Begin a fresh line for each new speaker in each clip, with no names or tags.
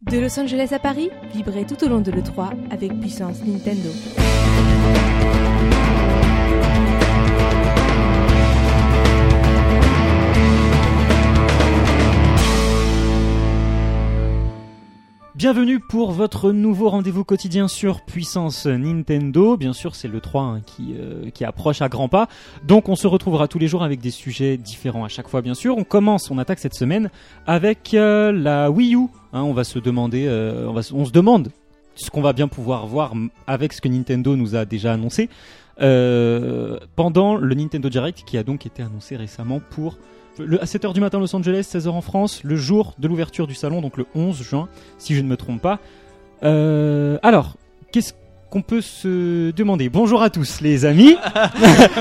De Los Angeles à Paris, vibrez tout au long de l'E3 avec puissance Nintendo.
Bienvenue pour votre nouveau rendez-vous quotidien sur Puissance Nintendo. Bien sûr, c'est le 3 hein, qui, euh, qui approche à grands pas. Donc on se retrouvera tous les jours avec des sujets différents à chaque fois, bien sûr. On commence, on attaque cette semaine avec euh, la Wii U. Hein, on va se demander, euh, on, va, se- on se demande ce qu'on va bien pouvoir voir m- avec ce que Nintendo nous a déjà annoncé euh, pendant le Nintendo Direct qui a donc été annoncé récemment pour le, à 7h du matin à Los Angeles, 16h en France, le jour de l'ouverture du salon, donc le 11 juin si je ne me trompe pas. Euh, alors, qu'est-ce qu'on peut se demander Bonjour à tous les amis.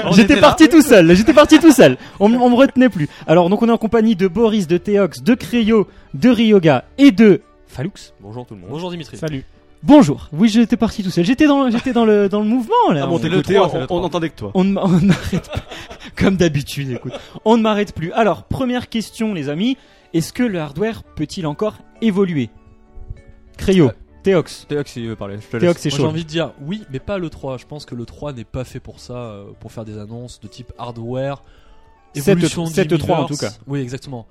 On était
j'étais
là.
parti tout seul, j'étais parti tout seul. On, on me retenait plus. Alors, donc on est en compagnie de Boris, de Théox, de Créo, de Ryoga et de Falux.
Bonjour tout le monde.
Bonjour Dimitri.
Salut.
Bonjour. Oui, j'étais parti tout seul. J'étais dans, j'étais dans le, dans le mouvement là.
Ah bon,
On-
t'es
le
le
trois,
trois,
c'est le
on-
trois.
on n'entendait que toi.
on ne m'a- on ne m'arrête pas. Comme d'habitude, écoute. On ne m'arrête plus. Alors, première question, les amis. Est-ce que le hardware peut-il encore évoluer Créo,
Euh,
Théox.
Théox, il veut parler. Je te
Théox, c'est
Moi, j'ai
chaud.
envie de dire oui, mais pas le 3. Je pense que le 3 n'est pas fait pour ça, euh, pour faire des annonces de type hardware.
Sept-
Évolution
sept
du
3 en
Miiverse.
tout cas.
Oui, exactement.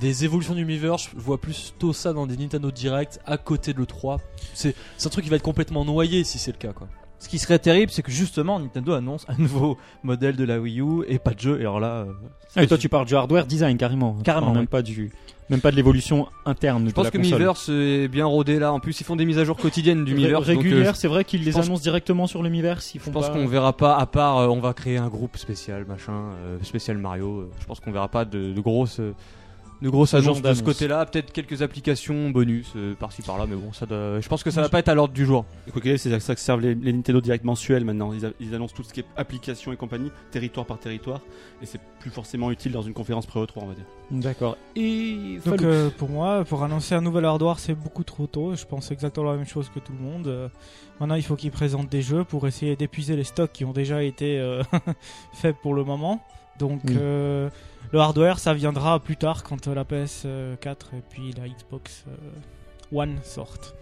Des évolutions du Miiverse, je vois plutôt ça dans des Nintendo Direct à côté de le 3. C'est c'est un truc qui va être complètement noyé si c'est le cas. Quoi.
Ce qui serait terrible, c'est que justement Nintendo annonce un nouveau modèle de la Wii U et pas de jeu. Et alors là, euh,
Ah, et toi, tu parles du hardware design carrément.
Carrément,
Enfin, même
ouais.
pas du, même pas de l'évolution interne.
Je pense que Miiverse euh, est bien rodé là. En plus, ils font des mises à jour quotidiennes du Miiverse. donc, euh,
régulière, c'est vrai qu'ils les
pense-
annoncent directement sur le Miiverse. Ils font
Je pense
pas-
qu'on verra pas, à part euh, on va créer un groupe spécial, machin, euh, spécial Mario. euh, je pense qu'on verra pas de, de grosses, euh, de grosses
Ce genre
annonces de ce
d'annonces.
côté-là. Peut-être quelques applications bonus euh, par-ci par-là, mais bon, ça doit- je pense que ça va pas être à l'ordre du jour.
Quoi qu'il arrive, c'est à ça que servent les, les Nintendo Direct mensuels maintenant. Ils, a- ils annoncent tout ce qui est application et compagnie, territoire par territoire, et c'est plus forcément utile dans une conférence pré-E3, on va dire.
D'accord. Et
Donc
Fallout.
euh, pour moi, pour annoncer un nouvel hardware, c'est beaucoup trop tôt. Je pense exactement la même chose que tout le monde. Euh, maintenant, il faut qu'ils présentent des jeux pour essayer d'épuiser les stocks qui ont déjà été euh, faits pour le moment. Donc
Oui.
euh, le hardware, ça viendra plus tard quand euh, la PS4 et puis la Xbox euh, One sortent.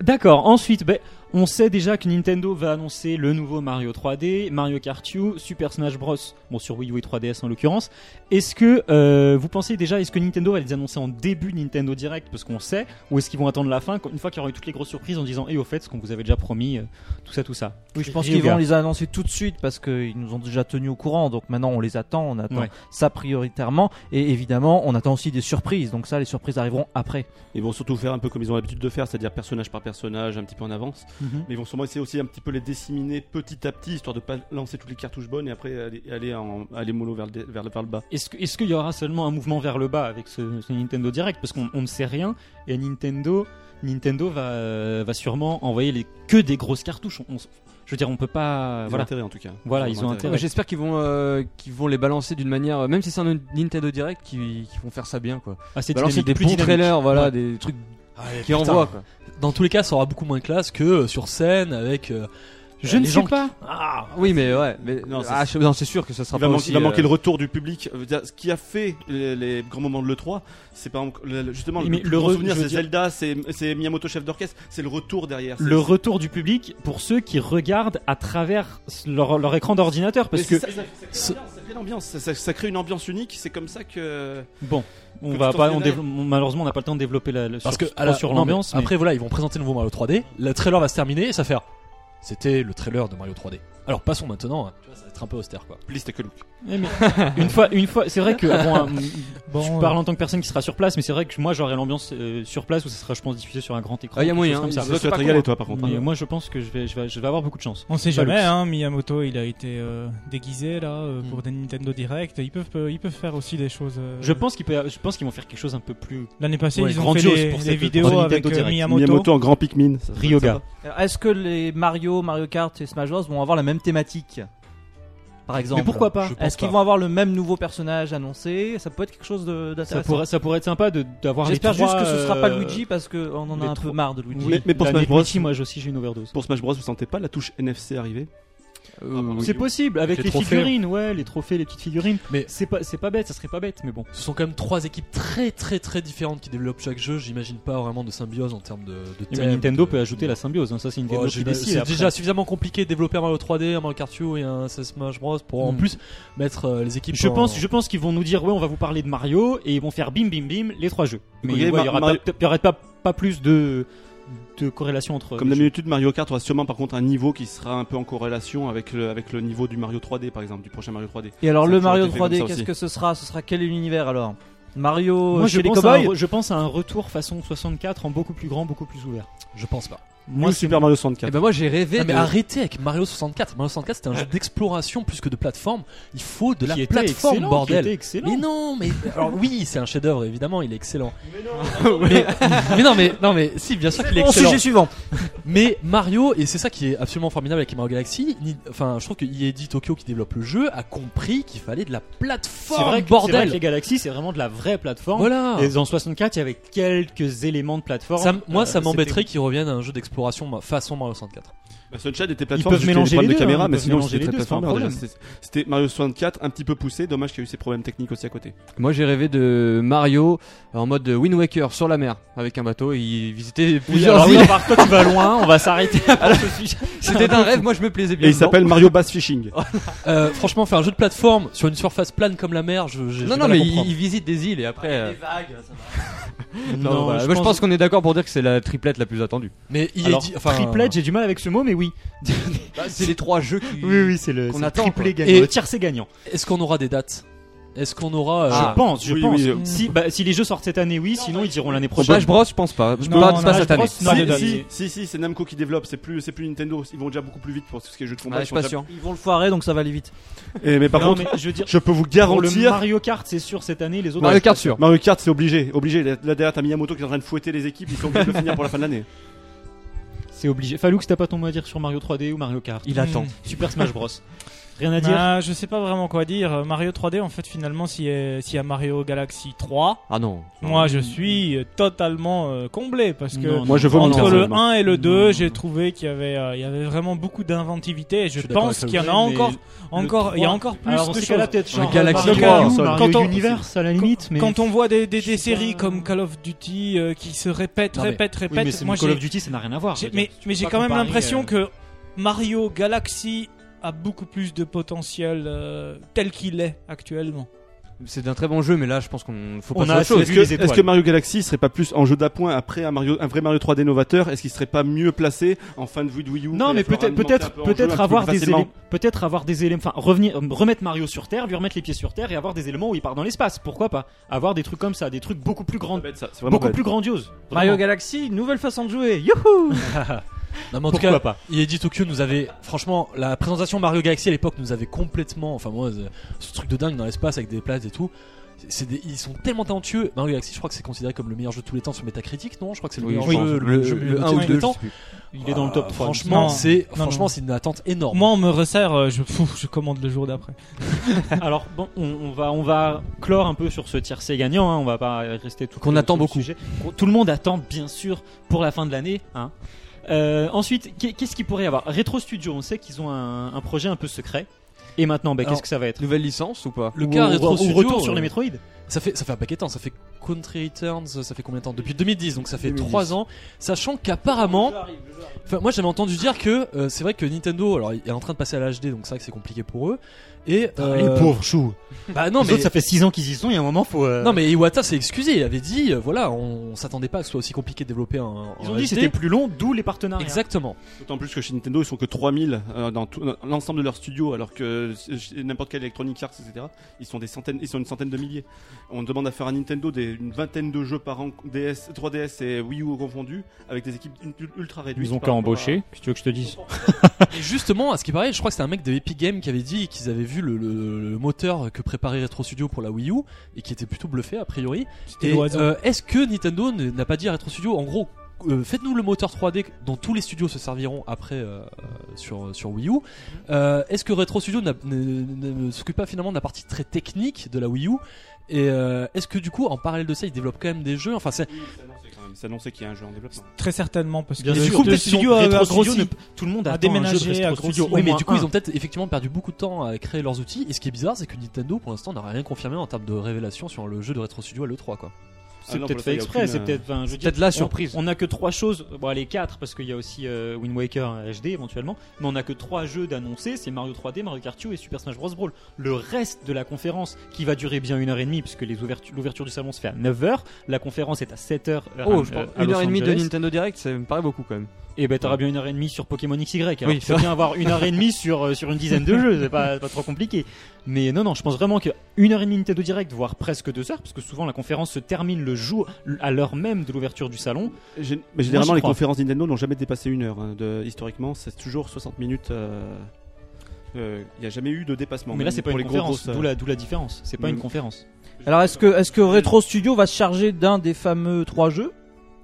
D'accord, ensuite, ben, on sait déjà que Nintendo va annoncer le nouveau Mario 3D, Mario Kart U, Super Smash Bros. Bon, sur Wii U et 3DS en l'occurrence. Est-ce que euh, vous pensez déjà, est-ce que Nintendo va les annoncer en début Nintendo Direct, parce qu'on sait, ou est-ce qu'ils vont attendre la fin, quand- une fois qu'il y aura eu toutes les grosses surprises en disant, et au fait, ce qu'on vous avait déjà promis, euh, tout ça, tout ça
oui, je pense
Ryoga.
qu'ils vont les annoncer tout de suite parce qu'ils nous ont déjà tenus au courant. Donc maintenant, on les attend, on attend
Ouais.
ça prioritairement. Et évidemment, on attend aussi des surprises. Donc ça, les surprises arriveront après.
Ils vont surtout faire un peu comme ils ont l'habitude de faire, c'est-à-dire personnage par personnage, un petit peu en avance. Mais ils vont sûrement essayer aussi un petit peu les disséminer petit à petit, histoire de pas lancer toutes les cartouches bonnes et après aller, aller, en, aller mollo vers le, dé- vers le- vers le bas.
Est-ce que- est-ce qu'il y aura seulement un mouvement vers le bas avec ce, ce Nintendo Direct Parce qu'on on ne sait rien et Nintendo, Nintendo va, euh, va sûrement envoyer les, que des grosses cartouches. On- on- je veux dire, on peut pas.
Ils ont
Voilà.
intérêt, en tout cas.
Voilà, ils ont intérêt. Ouais.
J'espère qu'ils vont, euh, qu'ils vont les balancer d'une manière, euh, même si c'est un Nintendo Direct, qu'ils qu'ils vont faire ça bien quoi.
Ah, c'est
Balancer
dynamique,
des
plus
bons
dynamique.
trailers, voilà,
Ouais.
des trucs
Ah
qui
Putain,
envoient quoi.
Dans tous les cas, ça aura beaucoup moins de classe que euh, sur scène avec. euh,
Je ne
euh, les
sais
gens
pas.
Ah,
Oui, mais ouais, mais
Non, c'est-
ah, je- non, c'est sûr que ça sera
Il va,
pas
manquer-
aussi,
il va manquer
euh,
le retour du public. Je veux dire, Ce qui a fait les, les grands moments de l'E3, c'est par exemple, le- le- justement,
Mais
le, plus
le
grand
re-
souvenir,
je veux
c'est
dire-
Zelda, c'est c'est Miyamoto chef d'orchestre, c'est le retour derrière. C'est-
le
c'est-
retour du public pour ceux qui regardent à travers leur, leur écran d'ordinateur parce
Mais
que
c'est ça, ça- ça crée l'ambiance, ça crée l'ambiance, ça, ça- ça crée une ambiance unique, c'est comme ça que.
bon on
Comme
va
tu
pas
t'en
on
souviens,
développe- malheureusement on n'a pas le temps de développer la, la-
Parce
sur,
que à la-
sur
non, mais
l'ambiance mais-
Après, voilà, ils vont présenter le nouveau Mario 3D. Le trailer va se terminer et ça va faire. C'était le trailer de Mario 3D. Alors passons maintenant. hein. Tu vois, ça va être un peu austère, quoi.
Please take a look.
Eh, mais une fois une fois c'est vrai que bon, un-
Bon,
je
euh,
parle en tant que personne qui sera sur place mais c'est vrai que moi j'aurai l'ambiance euh, sur place où ça sera je pense diffusé sur un grand écran
Ah, y a
quelque
moyen,
chose comme
ils
ça.
se votent.
tu vas te
pas
régaler,
con,
toi, par contre.
mais moi je pense que je vais je vais je vais avoir beaucoup de chance
On sait
Pas
jamais,
luxe.
hein, Miyamoto il a été euh, déguisé là euh,
Mm.
pour des Nintendo Direct. Ils peuvent, euh, ils peuvent faire aussi des choses. euh,
je pense qu'ils peuvent- je pense qu'ils vont faire quelque chose un peu plus
L'année passée
Ouais,
ils ont fait
grandiose
des,
pour
des
cette- pour
vidéos
Nintendo
avec euh,
Direct.
Miyamoto.
Miyamoto en grand Pikmin. ça- ça-
Ryoga.
Alors, Euh, Est-ce que les Mario, Mario Kart et Smash Bros vont avoir la même thématique Par exemple.
mais pourquoi pas
Je pense
Est-ce qu'ils
pas.
vont avoir le même nouveau personnage annoncé Ça peut être quelque chose de-
ça
d'intéressant.
pourrait ça pourrait être sympa de d'avoir les
J'espère juste
trois,
que ce sera pas
euh,
Luigi parce qu'on en a
les
un
trois-
peu marre de Luigi.
oui,
Mais- mais pour
la
Smash
Netflix,
Bros.
moi aussi j'ai une overdose
Pour Smash Bros, vous sentez pas la touche NFC arriver Ah,
Euh,
C'est possible avec,
les
les,
trophées.
figurines, ouais, les trophées, les petites figurines.
Mais-
Mais c'est pas, c'est pas bête, ça serait pas bête, mais bon.
Ce sont quand même trois équipes très très très différentes qui développent chaque jeu. J'imagine pas vraiment de symbiose en termes de, de
Et
thème,
Nintendo
de-
peut ajouter la symbiose, hein, ça c'est Nintendo
Euh, Oh,
qui
j'ai-
décide.
c'est
après.
déjà suffisamment compliqué de développer un Mario 3D, un Mario Kart 8 et un Smash Bros pour en
Hmm.
plus mettre euh, les équipes.
Je
en-
pense, je pense qu'ils vont nous dire ouais, on va vous parler de Mario et ils vont faire bim bim bim les trois jeux. Mais
Ok,
ouais, il
Mar-
y aura,
Mario-
pas, il y aura pas, pas plus de de corrélation entre.
Comme
les jeux.
d'habitude, Mario Kart aura sûrement par contre un niveau qui sera un peu en corrélation avec le, avec le niveau du Mario 3D par exemple, du prochain Mario 3D.
Et alors,
Ça
le
a toujours
Mario
été fait comme
3D,
ça
qu'est-ce
aussi.
que ce sera Ce sera quel univers alors
Oh,
Mario
Moi,
euh,
je
chez les
pense, à un,
cow-boys
re- je pense à un retour façon 64 en beaucoup plus grand, beaucoup plus ouvert.
Je pense pas.
Bah, Moi,
Ou
c'est-
Super Mario 64.
Eh ben moi j'ai rêvé
Ah, mais
de-
arrêtez avec Mario 64. Mario 64 c'était un jeu d'exploration plus que de plateforme. Il faut de la
qui était excellent,
plateforme,
qui
bordel.
était excellent.
Mais non, mais alors oui, c'est un chef-d'œuvre évidemment, il est excellent. Mais mais non, mais non, mais si, bien sûr qu'il est
Bon,
excellent.
sujet suivant.
Mais Mario, et c'est ça qui est absolument formidable avec Mario Galaxy, ni- enfin, je trouve que EA dit Tokyo qui développe le jeu a compris qu'il fallait de la
C'est
plateforme,
vrai, que, c'est vrai que les
bordel.
Galaxy, c'est vraiment de la vraie plateforme.
Voilà.
Et dans 64, il y avait quelques éléments de plateforme.
Ça m- moi,
Euh,
ça
c'était-
m'embêterait qu'il revienne à un jeu d'exploration ma- façon Mario 64.
Bah, Sunshine était
Ils
plateforme,
peuvent
juste qu'il y a des
mélanger les
problèmes
deux.
de caméra,
hein, ils
mais
peuvent
sinon
mélanger
c'était
les
très
deux, c'est pas un
plateforme. déjà.
problème.
C'est- C'était Mario 64 un petit peu poussé, dommage qu'il y a eu ces problèmes techniques aussi à côté.
Moi j'ai rêvé de Mario en mode Wind Waker sur la mer avec un bateau et il visitait plusieurs
Alors oui,
îles.
par contre, tu vas loin, on va s'arrêter à ce sujet.
C'était un rêve, moi je me plaisais bien.
Et il
dedans.
s'appelle Mario Bass Fishing.
Ah,
Euh, franchement, faire un jeu de plateforme sur une surface plane comme la mer, je, j'ai-
Non
j'ai
non
mal à
mais il,
comprendre.
il visite des îles et après. euh, non,
Non,
bah,
voilà. moi je pense qu'on est d'accord pour dire que c'est la triplette la plus attendue.
mais il
Alors,
est dit, enfin,
triplette, j'ai du mal avec ce mot, mais oui.
Bah, c'est les trois jeux qui.
Oui, oui, c'est le,
Qu'on
c'est le
attend,
triplé
quoi.
gagnant.
Et-
le tiers, c'est gagnant.
est-ce qu'on aura des dates Est-ce qu'on aura euh,
Ah.
je pense, je
oui,
pense.
oui, euh,
Si, bah, si les jeux sortent cette année, oui, sinon ils diront l'année prochaine.
Smash Bros Bah, je pense pas.
Non,
pas
non,
pas
Smash
cette
Bros,
année.
non,
si,
mais-
si, si, si, c'est Namco qui développe, c'est plus, c'est plus Nintendo, ils vont déjà beaucoup plus vite pour tout ce qui est jeu de combat.
Ouais,
ils
Ah, je suis
sont
pas
déjà-
sûr.
Ils vont le foirer, donc ça va aller vite.
Et, mais par
Non,
contre,
mais je veux dire,
je peux vous
pour le
garantir,
Mario Kart, c'est sûr cette année, les autres.
Mario
je suis pas
Kart
sûr.
sûr.
Mario Kart c'est obligé, obligé. Là derrière t'as Miyamoto qui est en train de fouetter les équipes, ils sont obligés de le finir pour la fin de l'année.
C'est obligé. Falloux, t'as pas ton mot à dire sur Mario 3D ou Mario Kart
Il attend.
Hmm.
Super Smash Bros. Rien à dire.
Bah, je sais pas vraiment quoi dire. Euh, Mario 3D, en fait, finalement, s'il y, a- s'il y a Mario Galaxy 3,
Ah non.
moi je suis euh, totalement euh, comblé parce que.
Non,
Moi je vomis
Entre le
personnellement.
1 et le
Non.
2, j'ai trouvé qu'il y avait, euh, il y avait vraiment beaucoup d'inventivité et je,
suis d'accord
pense
avec
qu'il y en a
Oui, mais
encore,
le
encore, il y a
3
encore plus
Alors,
de
on
choses.
là peut-être genre
Galaxy
Mario
Bros.
Kart,
Quand
Mario
on-
Universe à la limite, mais.
Quand on voit des, des,
je
des
sais
séries
pas.
comme Call of Duty euh, qui se répètent,
Non, mais-
répètent,
Oui, mais
répètent,
c'est
moi
Call
j'ai,
of Duty, ça n'a rien à voir.
j'ai-
je veux
mais,
dire.
mais j'ai
pas
quand même
comparer,
l'impression
euh,
que Mario Galaxy a beaucoup plus de potentiel euh, tel qu'il est actuellement.
C'est un très bon jeu mais là je pense qu'on faut
On
passer
a
à autre
assez
chose.
vu
Est-ce que,
les étoiles.
est-ce que Mario Galaxy serait pas plus en jeu d'appoint après un, Mario, un vrai Mario 3D novateur Est-ce qu'il serait pas mieux placé en fin de vie de Wii U
Non, mais peut-être, peut-être, peut-être avoir des éléments, peut-être avoir des éléments, enfin revenir, euh, remettre Mario sur Terre, lui remettre les pieds sur Terre et avoir des éléments où il part dans l'espace. Pourquoi pas Avoir des trucs comme ça, des trucs beaucoup plus
Bah,
grands, beaucoup plus grandioses.
Mario
Vraiment.
Galaxy, nouvelle façon de jouer. Youhou
Non, mais en tout
Pourquoi
cas,
pas
Yedi Tokyo nous avait, franchement, la présentation Mario Galaxy à l'époque nous avait complètement, enfin moi, euh, ce truc de dingue dans l'espace avec des places et tout. c'est- c'est des- ils sont tellement talentueux. Mario Galaxy, je crois que c'est considéré comme le meilleur jeu de tous les temps sur Metacritic, non Je crois que c'est le
Oui,
meilleur
je pense.
jeu, le, jeu
le
meilleur
un
noté
ou
de
le
tous les
deux,
temps.
je sais plus.
Il est dans le top 3.
Franchement,
Non.
c'est
Non,
franchement
non.
c'est une attente énorme.
Moi, on me resserre, euh, je, pfff, je commande le jour d'après.
Alors bon, on, on va on va clore un peu sur ce tiercé gagnant. hein, on va pas rester tout.
Qu'on
tout-
attend
tout le
beaucoup.
sujet. Qu'on- Tout le monde attend bien sûr pour la fin de l'année. hein. Euh, ensuite, qu'est- qu'est-ce qu'il pourrait y avoir Retro Studio, on sait qu'ils ont un, un projet un peu secret. Et maintenant, bah,
Alors,
qu'est-ce que ça va être
Nouvelle licence ou pas
Le cas
Ou-
Retro
ou
Studio,
retour sur
euh,
les Metroid
Ça fait, ça fait un paquet de temps, ça fait Country Returns, ça fait combien de temps Depuis 2010, donc ça fait 3 ans. Sachant qu'apparemment. Enfin, moi j'avais entendu dire que euh, c'est vrai que Nintendo alors, est en train de passer à l'HD, donc c'est vrai que c'est compliqué pour eux. Et.
Ah,
euh,
chou.
Bah non,
Les
mais.
autres, ça fait 6 ans qu'ils y sont, il y a un moment, faut. euh,
Non, mais Iwata s'est excusé, il avait dit, euh, voilà, on, on s'attendait pas que ce soit aussi compliqué de développer un.
Ils
un
ont dit que
HD.
c'était plus long, d'où les partenariats.
Exactement.
D'autant plus que chez Nintendo, ils sont que 3000 euh, dans, tout- dans l'ensemble de leurs studios, alors que euh, chez n'importe quel Electronic Arts, etc., ils sont, des centaines, ils sont une centaine de milliers. On demande à faire à Nintendo des, une vingtaine de jeux par an, DS, 3DS et Wii U confondus, avec des équipes ul- ultra réduites. par rapport à-
si tu veux que je te dise.
Et justement, à ce qui paraît, je crois que c'était un mec de Epic Games qui avait dit qu'ils avaient vu le, le- le moteur que préparait Retro Studio pour la Wii U et qui était plutôt bluffé a priori.
C'était
Et
l'oiseau.
euh, est-ce que Nintendo ne- n'a pas dit à Retro Studio en gros euh, faites-nous le moteur 3D dont tous les studios se serviront après euh, euh, sur, sur
Mhm.
Wii U. Euh, Est-ce que Retro Studio n'a- ne, ne- ne s'occupe pas finalement de la partie très technique de la Wii U Et euh, est-ce que du coup, en parallèle de ça, ils développent quand même des jeux Enfin, c'est
C'est annoncé qu'il y a un jeu en développement.
Très certainement, parce que
Bien
Et
sûr.
du coup,
Le
peut-être
studio
qu'ils ont-
a- a
Retro
grossi.
Studio
Tout le monde
a
attend un jeu de
déménagé, a
Retro
grossi.
Studio. au
Oui, mais
moins
du coup,
un.
ils ont peut-être effectivement perdu beaucoup de temps à créer leurs outils. Et ce qui est bizarre, c'est que Nintendo, pour l'instant, n'a rien confirmé en termes de révélation sur le jeu de Retro Studio à l'E3. Quoi.
C'est
Ah non,
peut-être
pour
fait
le coup, il y a
exprès, c'est
aucune,
peut-être. enfin, je veux dire,
Peut-être la
on-
surprise.
On n'a que trois choses. Bon, les quatre, parce qu'il y a aussi euh, Wind Waker HD éventuellement. Mais on n'a que trois jeux d'annoncer c'est Mario 3D, Mario Kart 2 et Super Smash Bros. Brawl. Le reste de la conférence, qui va durer bien une heure et demie, puisque les ouvertu- l'ouverture du salon se fait à 9h, la conférence est à 7h.
Oh, je pense- une heure et demie de Nintendo Direct, ça me paraît beaucoup quand même.
Et ben, t'auras bien une heure et demie sur Pokémon XY. Alors,
Oui,
tu
c'est
peux bien avoir une heure et demie sur, euh, sur une dizaine de jeux, c'est pas, pas trop compliqué. Mais non, non, je pense vraiment que une heure et demie Nintendo Direct, voire presque deux heures, parce que souvent la conférence se termine le jour, à l'heure même de l'ouverture du salon.
Gé- Mais généralement,
j'y
les
crois.
conférences Nintendo n'ont jamais dépassé une heure. hein, de, historiquement, c'est toujours 60 minutes. euh, euh, Il n'y a jamais eu de dépassement.
mais là,
même
c'est pas
pour
une
les gros
conférence,
grosses,
d'où la, d'où la différence. C'est pas
Mm.
une conférence.
Alors est-ce que, est-ce que Retro Studio va se charger d'un des fameux trois jeux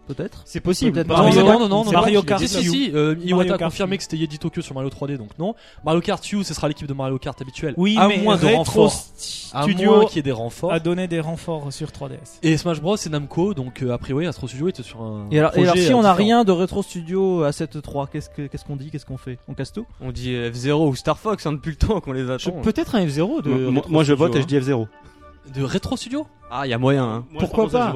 Peut-être
C'est possible.
Peut-être
Par
pas.
exemple,
Mario-
c'est Mario
Si,
Kart
Si, si, si, euh, Iwata a
Kart
confirmé
U.
que c'était Yedi Tokyo sur Mario 3D, donc non. Mario Kart U, ce sera l'équipe de Mario Kart habituelle.
Oui,
à
mais
moins de
Retro
renforts. À moins
Studio
qu'il y ait des renforts.
a donné des renforts sur 3DS.
Et Smash Bros, c'est Namco, donc euh, a priori, Astro Studio était sur un.
Et alors, et alors,
projet,
si
euh,
on n'a
différent.
rien de Retro Studio à 7.3, qu'est-ce que- qu'est-ce qu'on dit Qu'est-ce qu'on fait On casse tout
On dit euh, F0 ou Star Fox hein, depuis le temps qu'on les
je-
attend.
peut-être un F0 de.
euh. Moi,
Retro
moi, je
Studio,
vote et
hein.
je dis F0.
De Retro Studio
Ah, il y a moyen. Hein.
Pourquoi pas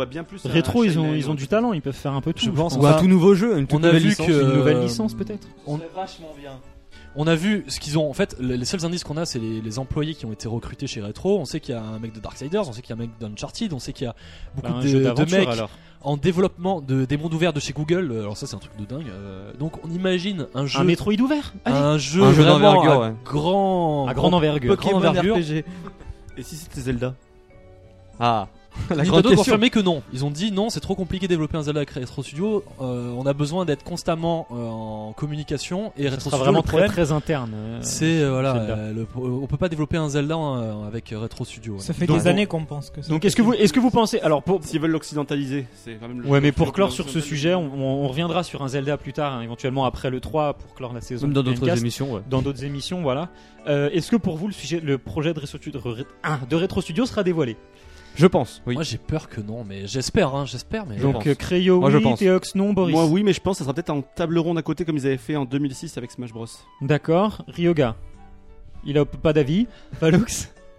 Rétro, ils ont,
du
ils ont du talent, ils peuvent faire un peu tout.
Je pense.
Ou
On
un
a-
tout nouveau jeu, une toute
on a
nouvelle
vu
licence.
que-
Une nouvelle
Euh,
licence, peut-être.
On-
vachement bien.
On a vu ce qu'ils ont. En fait, le- les seuls indices qu'on a, c'est les, les employés qui ont été recrutés chez Retro. On sait qu'il y a un mec de Darksiders, on sait qu'il y a un mec d'Uncharted, on sait qu'il y a beaucoup
Bah, un
de,
jeu
de
d'aventure,
mecs
alors.
en développement de, des mondes ouverts de chez Google. Euh, Alors ça, c'est un truc de dingue. Euh, donc on imagine un jeu,
Un Metroid ouvert. Allez.
un jeu,
Un jeu
vraiment
d'envergure,
à
ouais.
grand,
À grande envergure.
Pokémon envergure.
RPG.
Et si c'était Zelda
Ah, la grande
Nintendo a
question.
confirmé que non. Ils ont dit non, c'est trop compliqué de développer un Zelda avec Retro Studio. Euh, on a besoin d'être constamment euh, en communication et
Ce
Retro
sera
Studio.
vraiment
le
très
problème,
très interne. euh,
c'est euh, voilà,
Zelda.
euh, le- on peut pas développer un Zelda euh, avec Retro Studio. ouais.
Ça fait
Donc-
des années qu'on pense que ça.
Donc est-ce que vous est-ce que vous pensez alors pour
S'ils veulent l'occidentaliser, c'est quand même le
Ouais,
jeu
mais
le
pour
plus
clore sur ce
occidental.
sujet, on, on- on reviendra sur un Zelda plus tard, hein, éventuellement après le 3 pour clore la saison.
Comme dans
du
d'autres
Gamecast,
émissions, ouais.
dans d'autres émissions, voilà. Euh, Est-ce que pour vous le sujet, le projet de Retro, Studio- de Re- hein, de Retro Studio sera dévoilé
Je pense, oui.
Moi j'ai peur que non, mais j'espère, hein, j'espère, mais.
Donc
pense.
euh, Cryo,
Moi, je
oui,
pense.
Teox, non, Boris.
Moi, oui, mais je pense que ça sera peut-être en table ronde à côté comme ils avaient fait en 2006 avec Smash Bros.
D'accord. Ryoga, il a pas d'avis. Valux,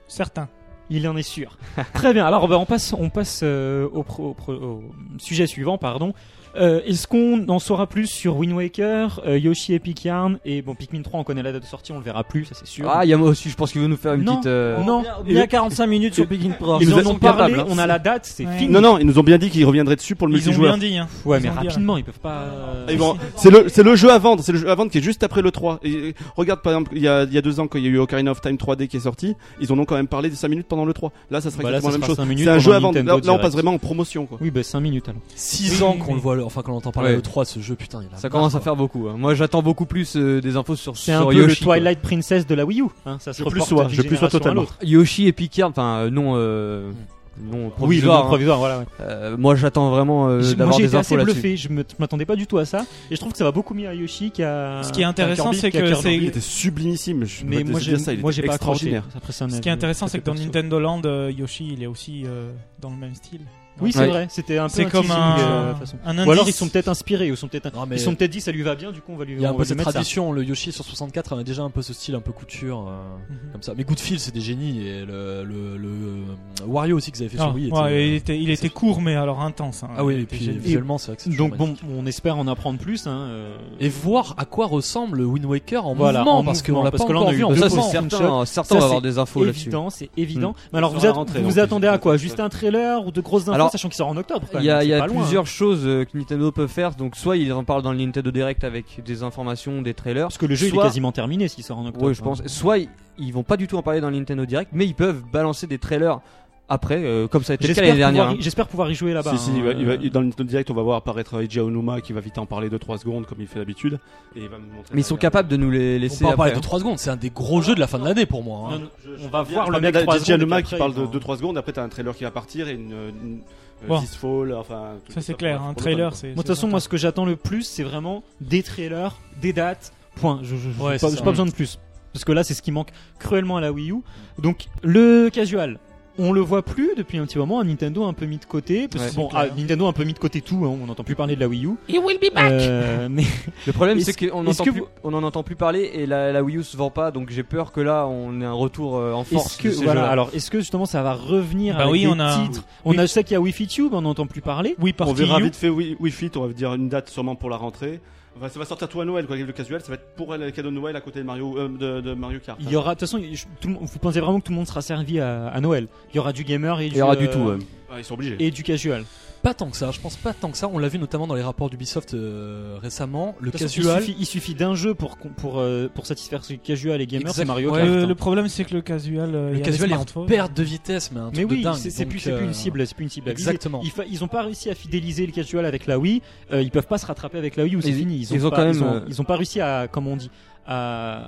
Certains.
il en est sûr. Très bien. Alors bah, on passe on passe euh, au, pro- au pro- au sujet suivant, pardon. Euh, Est-ce qu'on en saura plus sur Wind Waker, euh, Yoshi Epic Yarn et bon Pikmin 3 on connaît la date de sortie, on le verra plus, ça c'est sûr.
Ah, il y a moi aussi, je pense qu'il veut nous faire une
Non.
petite. euh,
Non.
Il y a 45 minutes sur Big In Pro.
Ils,
Ils
en
en
ont
sont
parlé,
capables, hein.
on a la date, c'est
Ouais.
fini.
Non, non, ils nous ont bien dit qu'ils reviendraient dessus pour le
Ils ont
multijoueur.
bien dit, hein.
Ouais, mais
Ils ont dit,
rapidement, ils peuvent pas.
Et bon, Ah, c'est le, c'est le jeu à vendre, c'est le jeu à vendre qui est juste après le 3. Et, et regarde par exemple, il y a, il y a deux ans quand il y a eu Ocarina of Time 3D qui est sorti, ils en ont quand même parlé de 5 minutes pendant le 3. Là, ça sera
Bah là,
exactement
ça
la
sera
même
cinq minutes
chose. C'est un jeu à
pendant
vendre. Là,
Nintendo
là, on passe
Direct.
vraiment en promotion quoi.
Oui, bah 5 minutes alors.
6
Oui,
ans
oui,
qu'on
oui.
le voit, le- enfin qu'on l'entend parler
Ouais.
le 3 ce jeu, putain, il a
Ça
marre,
commence à
quoi.
faire beaucoup. hein. Moi, j'attends beaucoup plus euh, des infos sur,
C'est un
sur
peu
Yoshi.
le Twilight Princess de la Wii U. Hein, ça se
Je plus
reporte
sois,
d'une
je plus sois
génération à
totalement.
l'autre. Hmm.
quoi. Yoshi et Picard, enfin, euh, non. euh, non
Oui, le nom
provisoire, hein.
provisoire, voilà. ouais.
Euh, moi, j'attends vraiment euh,
J'ai- Moi
d'avoir
j'ai
des
été
infos
assez
là-dessus.
bluffé, je me- je m'attendais pas du tout à ça. Et je trouve que ça va beaucoup mieux à Yoshi qu'à.
Ce qui est
qu'à
intéressant,
Kirby,
c'est
qu'à
que
Kirby.
c'est-
Il était sublimissime. Je
Mais
peux
moi
te
j'ai
dire ça, il
moi
était
j'ai pas accroché.
extraordinaire.
Après, c'est un
Ce
avis
qui est intéressant, c'est que dans
perso.
Nintendo Land, euh, Yoshi, il est aussi euh, dans le même style. euh,
Oui, c'est
Ouais.
vrai. C'était un peu
C'est comme
teasing, euh,
un,
de façon.
un
Ou alors ils
indice.
sont peut-être inspirés, ou sont peut-être
Non, mais
ils sont peut-être dit ça lui va bien, du coup on va lui.
il y a un
on
peu
va lui
cette
mettre ça.
tradition, le Yoshi sur 64 avait déjà un peu ce style un peu couture euh,
Mhm.
comme ça. Mais Goodfield c'est des génies et le, le, le, euh, Wario aussi qu'ils avaient fait
Ah,
sur Wii. était,
ouais, il
euh,
était, il était court, mais alors intense. hein.
Ah oui,
Il
et
était
puis
génial.
visuellement c'est vrai que c'est
Donc
toujours
bon, on espère en apprendre plus. Hein, euh,
magnifique. et voir à quoi ressemble le Wind Waker en
Voilà,
mouvement
en
parce
mouvement,
qu'on l'a
parce
pas
que là,
encore
on a
vu
eu
en
deux
Ça,
mouvement.
c'est
mouvement.
certain.
Screenshot.
hein, Certains
Ça,
vont avoir
c'est
des infos là-dessus.
évident, c'est évident. Mais
On
alors, vous,
saura
att-
rentrer,
vous
donc,
attendez à
c'est-
quoi Juste un trailer ou de grosses infos,
Alors,
sachant qu'il sort en octobre quand
Il
même.
y a,
c'est
il y a
pas loin,
plusieurs
hein.
choses euh, que Nintendo peut faire. Donc, soit ils en parlent dans le Nintendo Direct avec des informations, des trailers.
Parce que le jeu il
Soit-
est quasiment terminé s'il sort en octobre.
Oui, je pense.
hein.
Soit ils, ils vont pas du tout en parler dans le Nintendo Direct, mais ils peuvent balancer des trailers après, euh, comme ça a été le cas
J'espère
l'année
pouvoir,
dernière. hein.
y- j'espère pouvoir y jouer là-bas.
Si, si,
hein.
il va- il va- dans le Nintendo direct, on va voir apparaître Eiji Onuma qui va vite en parler 2-3 secondes comme il fait d'habitude. Et il va nous montrer
Mais ils sont capables de nous les
On
laisser
peut en parler
après. hein.
de 3 secondes, c'est un des gros jeux de la fin de l'année pour moi.
Non,
hein.
non, on va voir
Je
le
parle
mec
de-
trois
DJ
secondes
Aloma
et
qui
puis
parle
après,
de
il-
2-3 secondes, après t'as un trailer qui va partir et une, une, euh,
Bon.
This Fall, enfin. tout
Ça, c'est
pour-
clair.
pour
Un
le
trailer,
fun, quoi.
c'est.
Moi, de toute façon, moi, ce que j'attends le plus, c'est vraiment des trailers, des dates, point. Je, je, je-
Ouais,
j'ai
c'est
pas,
ça.
j'ai pas besoin de plus. Parce que là, c'est ce qui manque cruellement à la Wii U. Donc, le casual. on le voit plus depuis un petit moment. Nintendo un peu mis de côté. Parce que
Ouais.
bon,
C'est clair.
ah, Nintendo un peu mis de côté tout. hein, on n'entend plus parler de la Wii U.
He will be
Euh, mais
Le problème,
Est-ce-
c'est qu'on
est-ce
n'entend
que
plus-
vous-
on en entend plus parler et la, la Wii U se vend pas, donc j'ai peur que là, on ait un retour euh, en force.
est-ce que
de ces
voilà
jeux-là.
Alors, est-ce que justement ça va revenir
Bah
avec
oui,
des
on a-
titres On
oui.
a je sais qu'il y a Wi-Fi Tube, on n'entend plus parler.
Oui,
On
parti.
verra vite fait Wi- Wii Fit, on va dire une date sûrement pour la rentrée. Enfin, ça va sortir tout à Noël, quoi. Le casual, ça va être pour le cadeau de Noël à côté de Mario, euh, de, de Mario Kart.
Il y aura de toute façon, je- tout le monde- vous pensez vraiment que tout le monde sera servi à, à Noël Il y aura du gamer et
il y aura du
euh,
tout. ouais.
Ah, ils sont obligés.
et du casual.
Pas tant que ça, je pense pas tant que ça. On l'a vu notamment dans les rapports d'Ubisoft euh, récemment. Le
De toute façon,
casual.
Il suffit, il suffit d'un jeu pour qu'on- pour euh, pour satisfaire ce casual et gamer,
Exact.
c'est Mario
Ouais,
Kart.
le,
hein.
le problème, c'est que le casual, euh, il
Le
y a
casual
les
est en
smartphones.
perte de vitesse, mais un
Mais
truc de
oui,
dingue.
c'est c'est
Donc,
plus, c'est
euh,
plus une cible, c'est plus une cible. à viser.
Exactement.
Ils, fa- ils ont pas réussi à fidéliser le casual avec la Wii. euh, ils peuvent pas se rattraper avec la Wii ou c'est
Ils-
fini. Ils ont,
ils ont
pas-
quand même,
ils ont,
euh,
ils ont pas réussi à, comme on dit, à,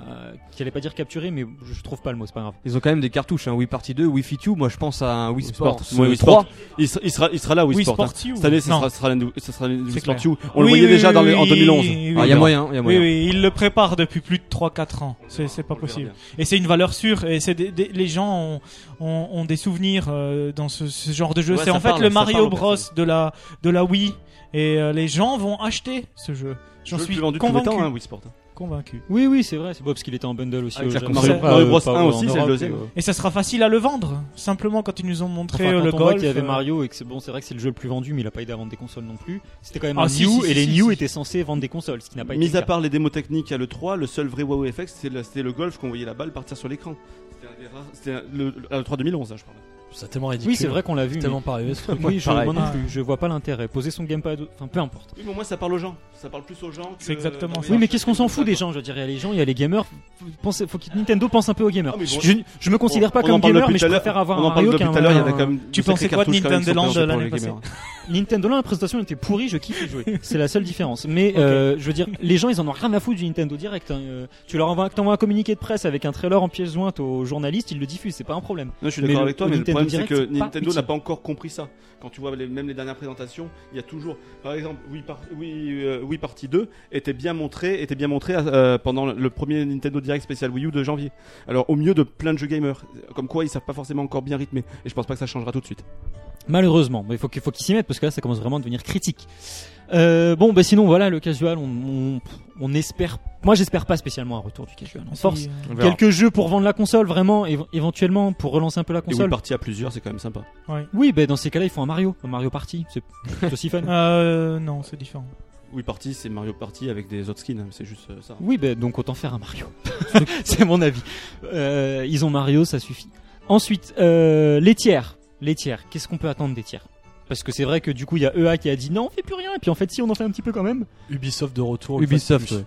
j'allais pas dire capturer, mais je trouve pas le mot, c'est pas grave.
Ils ont quand même des cartouches. Hein. Wii Party 2, Wii Fit You. Moi, je pense à un Wii
Wii
Sports.
Sports. Ouais,
Euh,
Wii
Wii
Sports.
3.
Il, sera- il sera, il sera là, Wii,
Oui,
Sport. hein.
sporti ou-
Cette année, ça
Non.
sera, ça sera la, ça sera la Wii
C'est
Sport
clair.
U. On le
Oui,
voyait
oui,
déjà dans les- en
oui,
2011.
oui, oui,
Ah, Il y a moyen. il y a
Oui,
moyen.
oui, il le prépare depuis plus de 3-4 ans.
On
C'est
verra,
c'est pas
on le verra
possible.
bien.
Et c'est une valeur sûre. Et c'est des- des- les gens ont, ont, ont des souvenirs euh, dans ce, ce genre de jeu.
Ouais,
c'est
ça
en fait
parle,
le
ça
Mario
parle aux
Bros
personnes.
de la de la Wii. Et euh, les gens vont acheter ce jeu. J'en
Le
suis
plus vendu de tous les
convaincu.
temps, hein, Wii Sport.
convaincu.
Oui, oui, c'est vrai, c'est beau parce qu'il était en bundle aussi.
Avec
au
la
Japon.
console.
Mario-
Mario
euh,
Bros
pas
1
en
aussi, c'est le
Europe,
deuxième.
euh,
Et ça sera facile à le vendre. Simplement quand ils nous ont montré
Enfin,
euh,
quand
le
on voit
golf.
qu'il y avait
euh,
Mario et que c'est bon, c'est vrai que c'est le jeu le plus vendu, mais il a pas aidé à vendre des consoles non plus. C'était quand même
Ah,
un
si,
new
si, si,
et les
si,
new
si.
étaient censés vendre des consoles, ce qui n'a pas été.
Mis
le
à
cas.
part les démos techniques à l'E3, le seul vrai wow effect, c'était le, c'était le golf qu'on voyait la balle partir sur l'écran. C'était un des rares- C'était un- le, le- à l'E3 2011, là, hein, je parle.
C'est euh, tellement ridicule.
Oui, c'est vrai qu'on l'a vu.
C'est
mais-
tellement pas arrivé ce truc.
Oui, je,
Pareil.
moi non
Ah.
plus, je vois pas l'intérêt. Poser son gamepad, enfin peu importe.
Oui, mais au moins, ça parle aux gens. Ça parle plus aux gens. que-
C'est exactement
Non,
ça.
Oui, mais
je-
qu'est-ce qu'on s'en fout des gens Je dirais, il y a les gens, il y a les gamers. Faut- Pensez, faut que Nintendo pense un peu aux gamers.
Ah, mais bon,
je, je me considère pas
On en
comme
parle
gamer,
depuis
mais je
tout à l'heure.
préfère avoir
On
un
en parle
Mario
depuis
qu'un.
tout à l'heure, il y avait quand même.
Tu
de sacrées
pensais quoi de
cartouches quand même qui sont
Nintendo
présentées
Land
pour
l'année
les gamers.
Nintendo, là, la présentation était pourrie, je kiffe y jouer. C'est la seule différence. Mais euh, je veux dire, les gens, ils en ont rien à foutre du Nintendo Direct. hein. Euh, Tu leur envoies, t'envoies un communiqué de presse avec un trailer en pièce jointe aux journalistes, ils le diffusent, c'est pas un problème.
Non, je suis
Mais
d'accord
le-
avec toi,
le
mais le
Nintendo
problème c'est
Direct,
que
c'est pas
Nintendo
utile.
n'a pas encore compris ça. Quand tu vois les- même les dernières présentations, il y a toujours, par exemple, Wii, Par- Wii, euh, Wii Party 2 était bien montré, était bien montré euh, pendant le premier Nintendo Direct spécial Wii U de janvier. Alors au milieu de plein de jeux gamers, comme quoi ils savent pas forcément encore bien rythmer. Et je pense pas que ça changera tout de suite.
Malheureusement, mais il faut qu'il faut qu'ils s'y mettent parce que là ça commence vraiment à devenir critique. Euh, bon, bah sinon voilà le casual, on, on, on espère. Moi j'espère pas spécialement un retour du casual. En
si,
force,
euh,
On verra.
quelques jeux pour vendre la console vraiment, éve- éventuellement pour relancer un peu la
Et Wii
console.
Party à plusieurs, c'est quand même sympa.
Oui, bah dans ces cas-là ils font un Mario, un Mario Party, c'est c'est aussi fun.
euh, non, c'est différent.
Wii Party, c'est Mario Party avec des autres skins, hein, c'est juste euh, ça.
Oui, bah donc autant faire un Mario. c'est mon avis. Euh, ils ont Mario, ça suffit. Ensuite, euh, les tiers, les tiers. Qu'est-ce qu'on peut attendre des tiers Parce que c'est vrai que du coup il y a EA qui a dit non, on fait plus rien. Et puis en fait si on en fait un petit peu quand même.
Ubisoft de Euh, retour.
Ubisoft. ouais.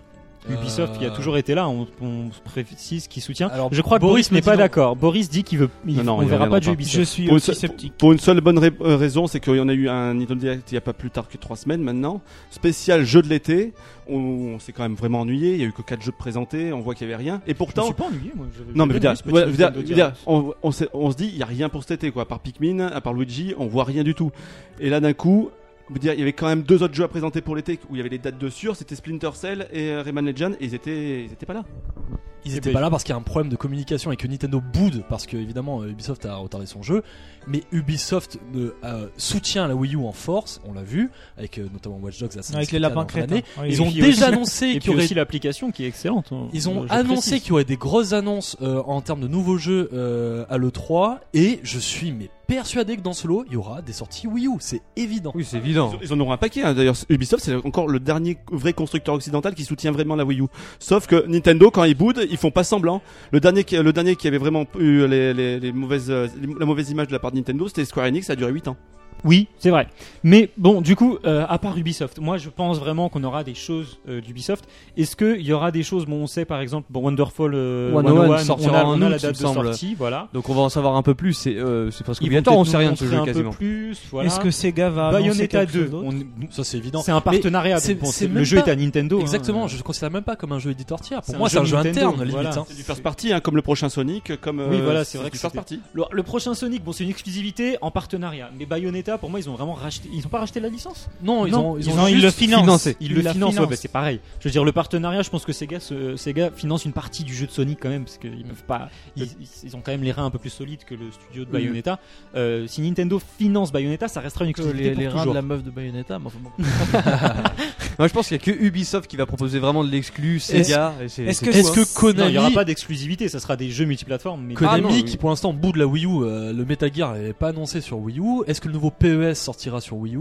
Ubisoft qui a toujours été là, on, on précise qu'ils soutient.
Alors,
Je crois que
Boris
Boris,
le
n'est
dit
pas
non.
d'accord. Boris dit qu'il veut, il-
Non, non,
on
ils
verra pas de
reviendront
jeu
pas.
Je
Ubisoft.
suis
Pour une,
aussi
seule,
sceptique.
pour une seule bonne ra- euh, raison, c'est qu'on a eu un Nintendo Direct il n'y a pas plus tard que trois semaines maintenant, spécial jeu de l'été, où on s'est quand même vraiment ennuyé, il n'y a eu que quatre jeux de présentés, on voit qu'il n'y avait rien, et
Je
pourtant...
suis pas ennuyé, moi. je-
Non mais je
j'aime
veux dire,
bien ce petit
voilà, je veux dire-
Nintendo
je veux dire,
Direct.
on, on s'est- on se dit, il n'y a rien pour cet été, quoi, à part Pikmin, à part Luigi, on voit rien du tout. Et là d'un coup, je veux dire, il y avait quand même deux autres jeux à présenter pour l'été, où il y avait les dates de sûr, c'était Splinter Cell et euh, Rayman Legend, et ils étaient, ils étaient pas là.
Ils
Eh
étaient
ben,
pas
je-
là parce qu'il y a un problème de communication et que Nintendo boude parce que évidemment euh, Ubisoft a retardé son jeu, mais Ubisoft euh, euh, soutient la Wii U en force, on l'a vu avec euh, notamment Watch Dogs, Assassin's
Avec les
Creed,
lapins
avant l'année.
crétins. Oui,
Ils
Et
ont
puis
déjà
aussi-
annoncé
Et
qu'il
puis
y aurait
aussi l'application qui est excellente. hein.
Ils ont
Je
annoncé
précise.
qu'il y aurait des grosses annonces euh, en termes de nouveaux jeux euh, à l'E3 et je suis mais persuadé que dans ce lot il y aura des sorties Wii U, c'est évident.
Oui, c'est évident.
Ils en auront un paquet. hein. D'ailleurs, Ubisoft, c'est encore le dernier vrai constructeur occidental qui soutient vraiment la Wii U. Sauf que Nintendo, quand ils boudent, ils font pas semblant. Le dernier, qui, le dernier qui avait vraiment eu les, les- les mauvaises, euh, les- la mauvaise image de la part de Nintendo, c'était Square Enix. Ça a duré 8 ans.
Oui, c'est vrai. Mais bon, du coup, euh, à part Ubisoft, moi je pense vraiment qu'on aura des choses euh, d'Ubisoft. Est-ce qu'il y aura des choses Bon, on sait par exemple, bon, Wonderful euh,
101
101, on a,
sortira en
on a la
août, il
date
me
de
semble.
sortie, voilà.
Donc on va en savoir un peu plus. C'est euh, c'est parce qu'on
Ils
vient temps, on
peut-être
sait rien
nous
de ce
montrer
jeu,
un peu
quasiment.
plus, voilà.
Est-ce que Sega va annoncer
Bayonetta
quelque chose
2,
d'autre
on-
Ça, c'est évident.
c'est un partenariat.
c'est-
donc, on
c'est
sait-
même
le jeu
pas-
est à Nintendo. hein,
Exactement,
euh,
je ne considère même pas comme un jeu éditortière.
C'est
Pour
un
moi, c'est
jeu
un jeu
Nintendo,
interne,
voilà.
limite. hein.
C'est du first party, hein, comme le prochain Sonic, comme.
Oui,
euh,
voilà, c'est vrai que
du first
c'était-
party.
Le, le prochain Sonic, bon, c'est une exclusivité en partenariat. Mais Bayonetta, pour moi, ils ont vraiment racheté. Ils ont pas racheté la licence
Non, ils
Non,
ont, ils ont
ont-
juste-
ils le financent.
financé. Ils,
Ils
le
la
financent, ouais,
financent.
bah, c'est pareil. Je veux dire, le partenariat, je pense que Sega, se- Sega finance une partie du jeu de Sonic quand même, parce qu'ils peuvent pas. Ils, ils- ils ont quand même les reins un peu plus solides que le studio de Bayonetta. Euh, si Nintendo finance Bayonetta, ça restera une
Que
exclusivité
les, les
pour
reins de
toujours.
la meuf de Bayonetta, mais enfin bon.
Moi, je pense qu'il y a que Ubisoft qui va proposer vraiment de l'exclu, Sega. et c'est-
est-ce
c'est
que-
tout,
Est-ce
hein.
que
Non, il
Konami,
n'y aura pas d'exclusivité, ça sera des jeux multiplateformes. Mais
Konami
Ah non, oui.
qui pour l'instant au bout de la Wii U, euh, le Metal Gear n'est pas annoncé sur Wii U. Est-ce que le nouveau PES sortira sur Wii U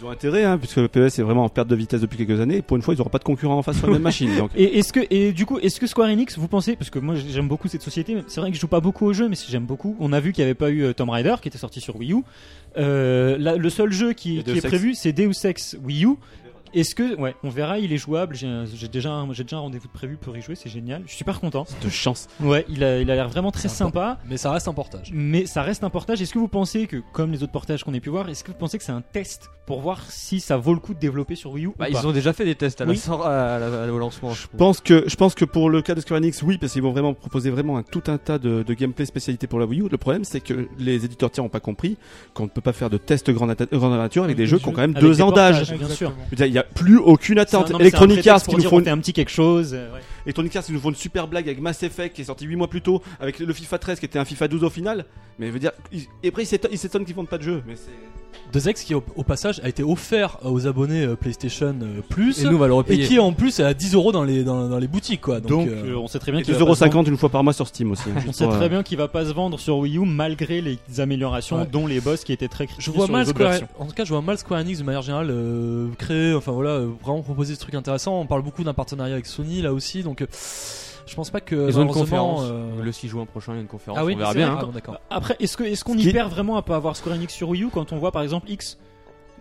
Ils ont intérêt, hein, puisque le PES est vraiment en perte de vitesse depuis quelques années. Et pour une fois, ils n'auront pas de concurrent en face sur la même machine. Donc,
Et est-ce que et du coup est-ce que Square Enix vous pensez parce que moi j'aime beaucoup cette société mais c'est vrai que je joue pas beaucoup aux jeux mais j'aime beaucoup on a vu qu'il n'y avait pas eu euh, Tomb Raider qui était sorti sur Wii U Euh, là, le seul jeu qui,
Et
qui
Deus
est
Ex.
prévu c'est Deus Ex Wii U est-ce que ouais on verra il est jouable j'ai un- j'ai déjà un- j'ai déjà un rendez-vous de prévu pour y jouer c'est génial je suis super content
de chance.
ouais il a il a l'air vraiment très
C'est un
sympa
Mais ça reste un portage.
mais ça reste un portage. Est-ce que vous pensez que, comme les autres portages qu'on ait pu voir, est-ce que vous pensez que c'est un test pour voir si ça vaut le coup de développer sur Wii U
Bah,
ou pas
ils ont déjà fait des tests à la
Oui.
sor- à la- à la- au lancement.
Je pense que je pense que pour le cas de Square Enix, oui, parce qu'ils vont vraiment proposer vraiment un, tout un tas de, de gameplay spécialité pour la Wii U. Le problème, c'est que les éditeurs tiers n'ont pas compris qu'on ne peut pas faire de tests grande, nata- grande nature avec des
Avec
jeux
des
qui ont
jeux-
quand même
Avec
deux
des
ans d'âge.
portages, bien sûr.
Exactement.
Je veux dire, Il n'y a plus aucune
C'est un-
attente.
non, mais c'est un
Electronic
prétexte
Arts
pour
qui nous
dire,
font
on fait un petit quelque chose. euh, ouais.
Electronic Arts, ils nous font une super blague avec Mass Effect qui est sorti 8 mois plus tôt, avec le FIFA 13 qui était un FIFA 12 au final. Mais je veux dire, ils- et après ils s'éton- ils s'étonnent qu'ils vendent pas de jeu. Mais c'est-
Deux ex qui au, au passage a été offert aux abonnés euh, PlayStation euh, Plus
Et nous, on va le
et
repayer.
qui est en plus à 10 euros dans les dans, dans les boutiques quoi. Donc,
Donc,
euh,
euh, on sait très bien
Et
qu'il va pas se vendre-
2,50€ une fois par mois sur Steam aussi. hein,
On
juste
sait
pour, euh,
très bien qu'il va pas se vendre sur Wii U malgré les améliorations,
Ouais.
dont les boss qui étaient très critiqués
je vois
sur
mal
les autres
Square,
versions.
en tout cas je vois mal Square Enix de manière générale euh, créer enfin voilà euh, vraiment proposer ce truc intéressant. On parle beaucoup d'un partenariat avec Sony là aussi donc euh, je pense pas que
Ils ont une
malheureusement,
conférence.
euh,
Le 6 juin prochain, il y a une conférence.
Ah oui,
on verra
c'est
bien.
vrai,
hein.
ah bon, d'accord.
Après, est-ce que est-ce qu'on
Ce
y
qui-
perd vraiment à pas avoir Square Enix sur Wii U quand on voit par exemple X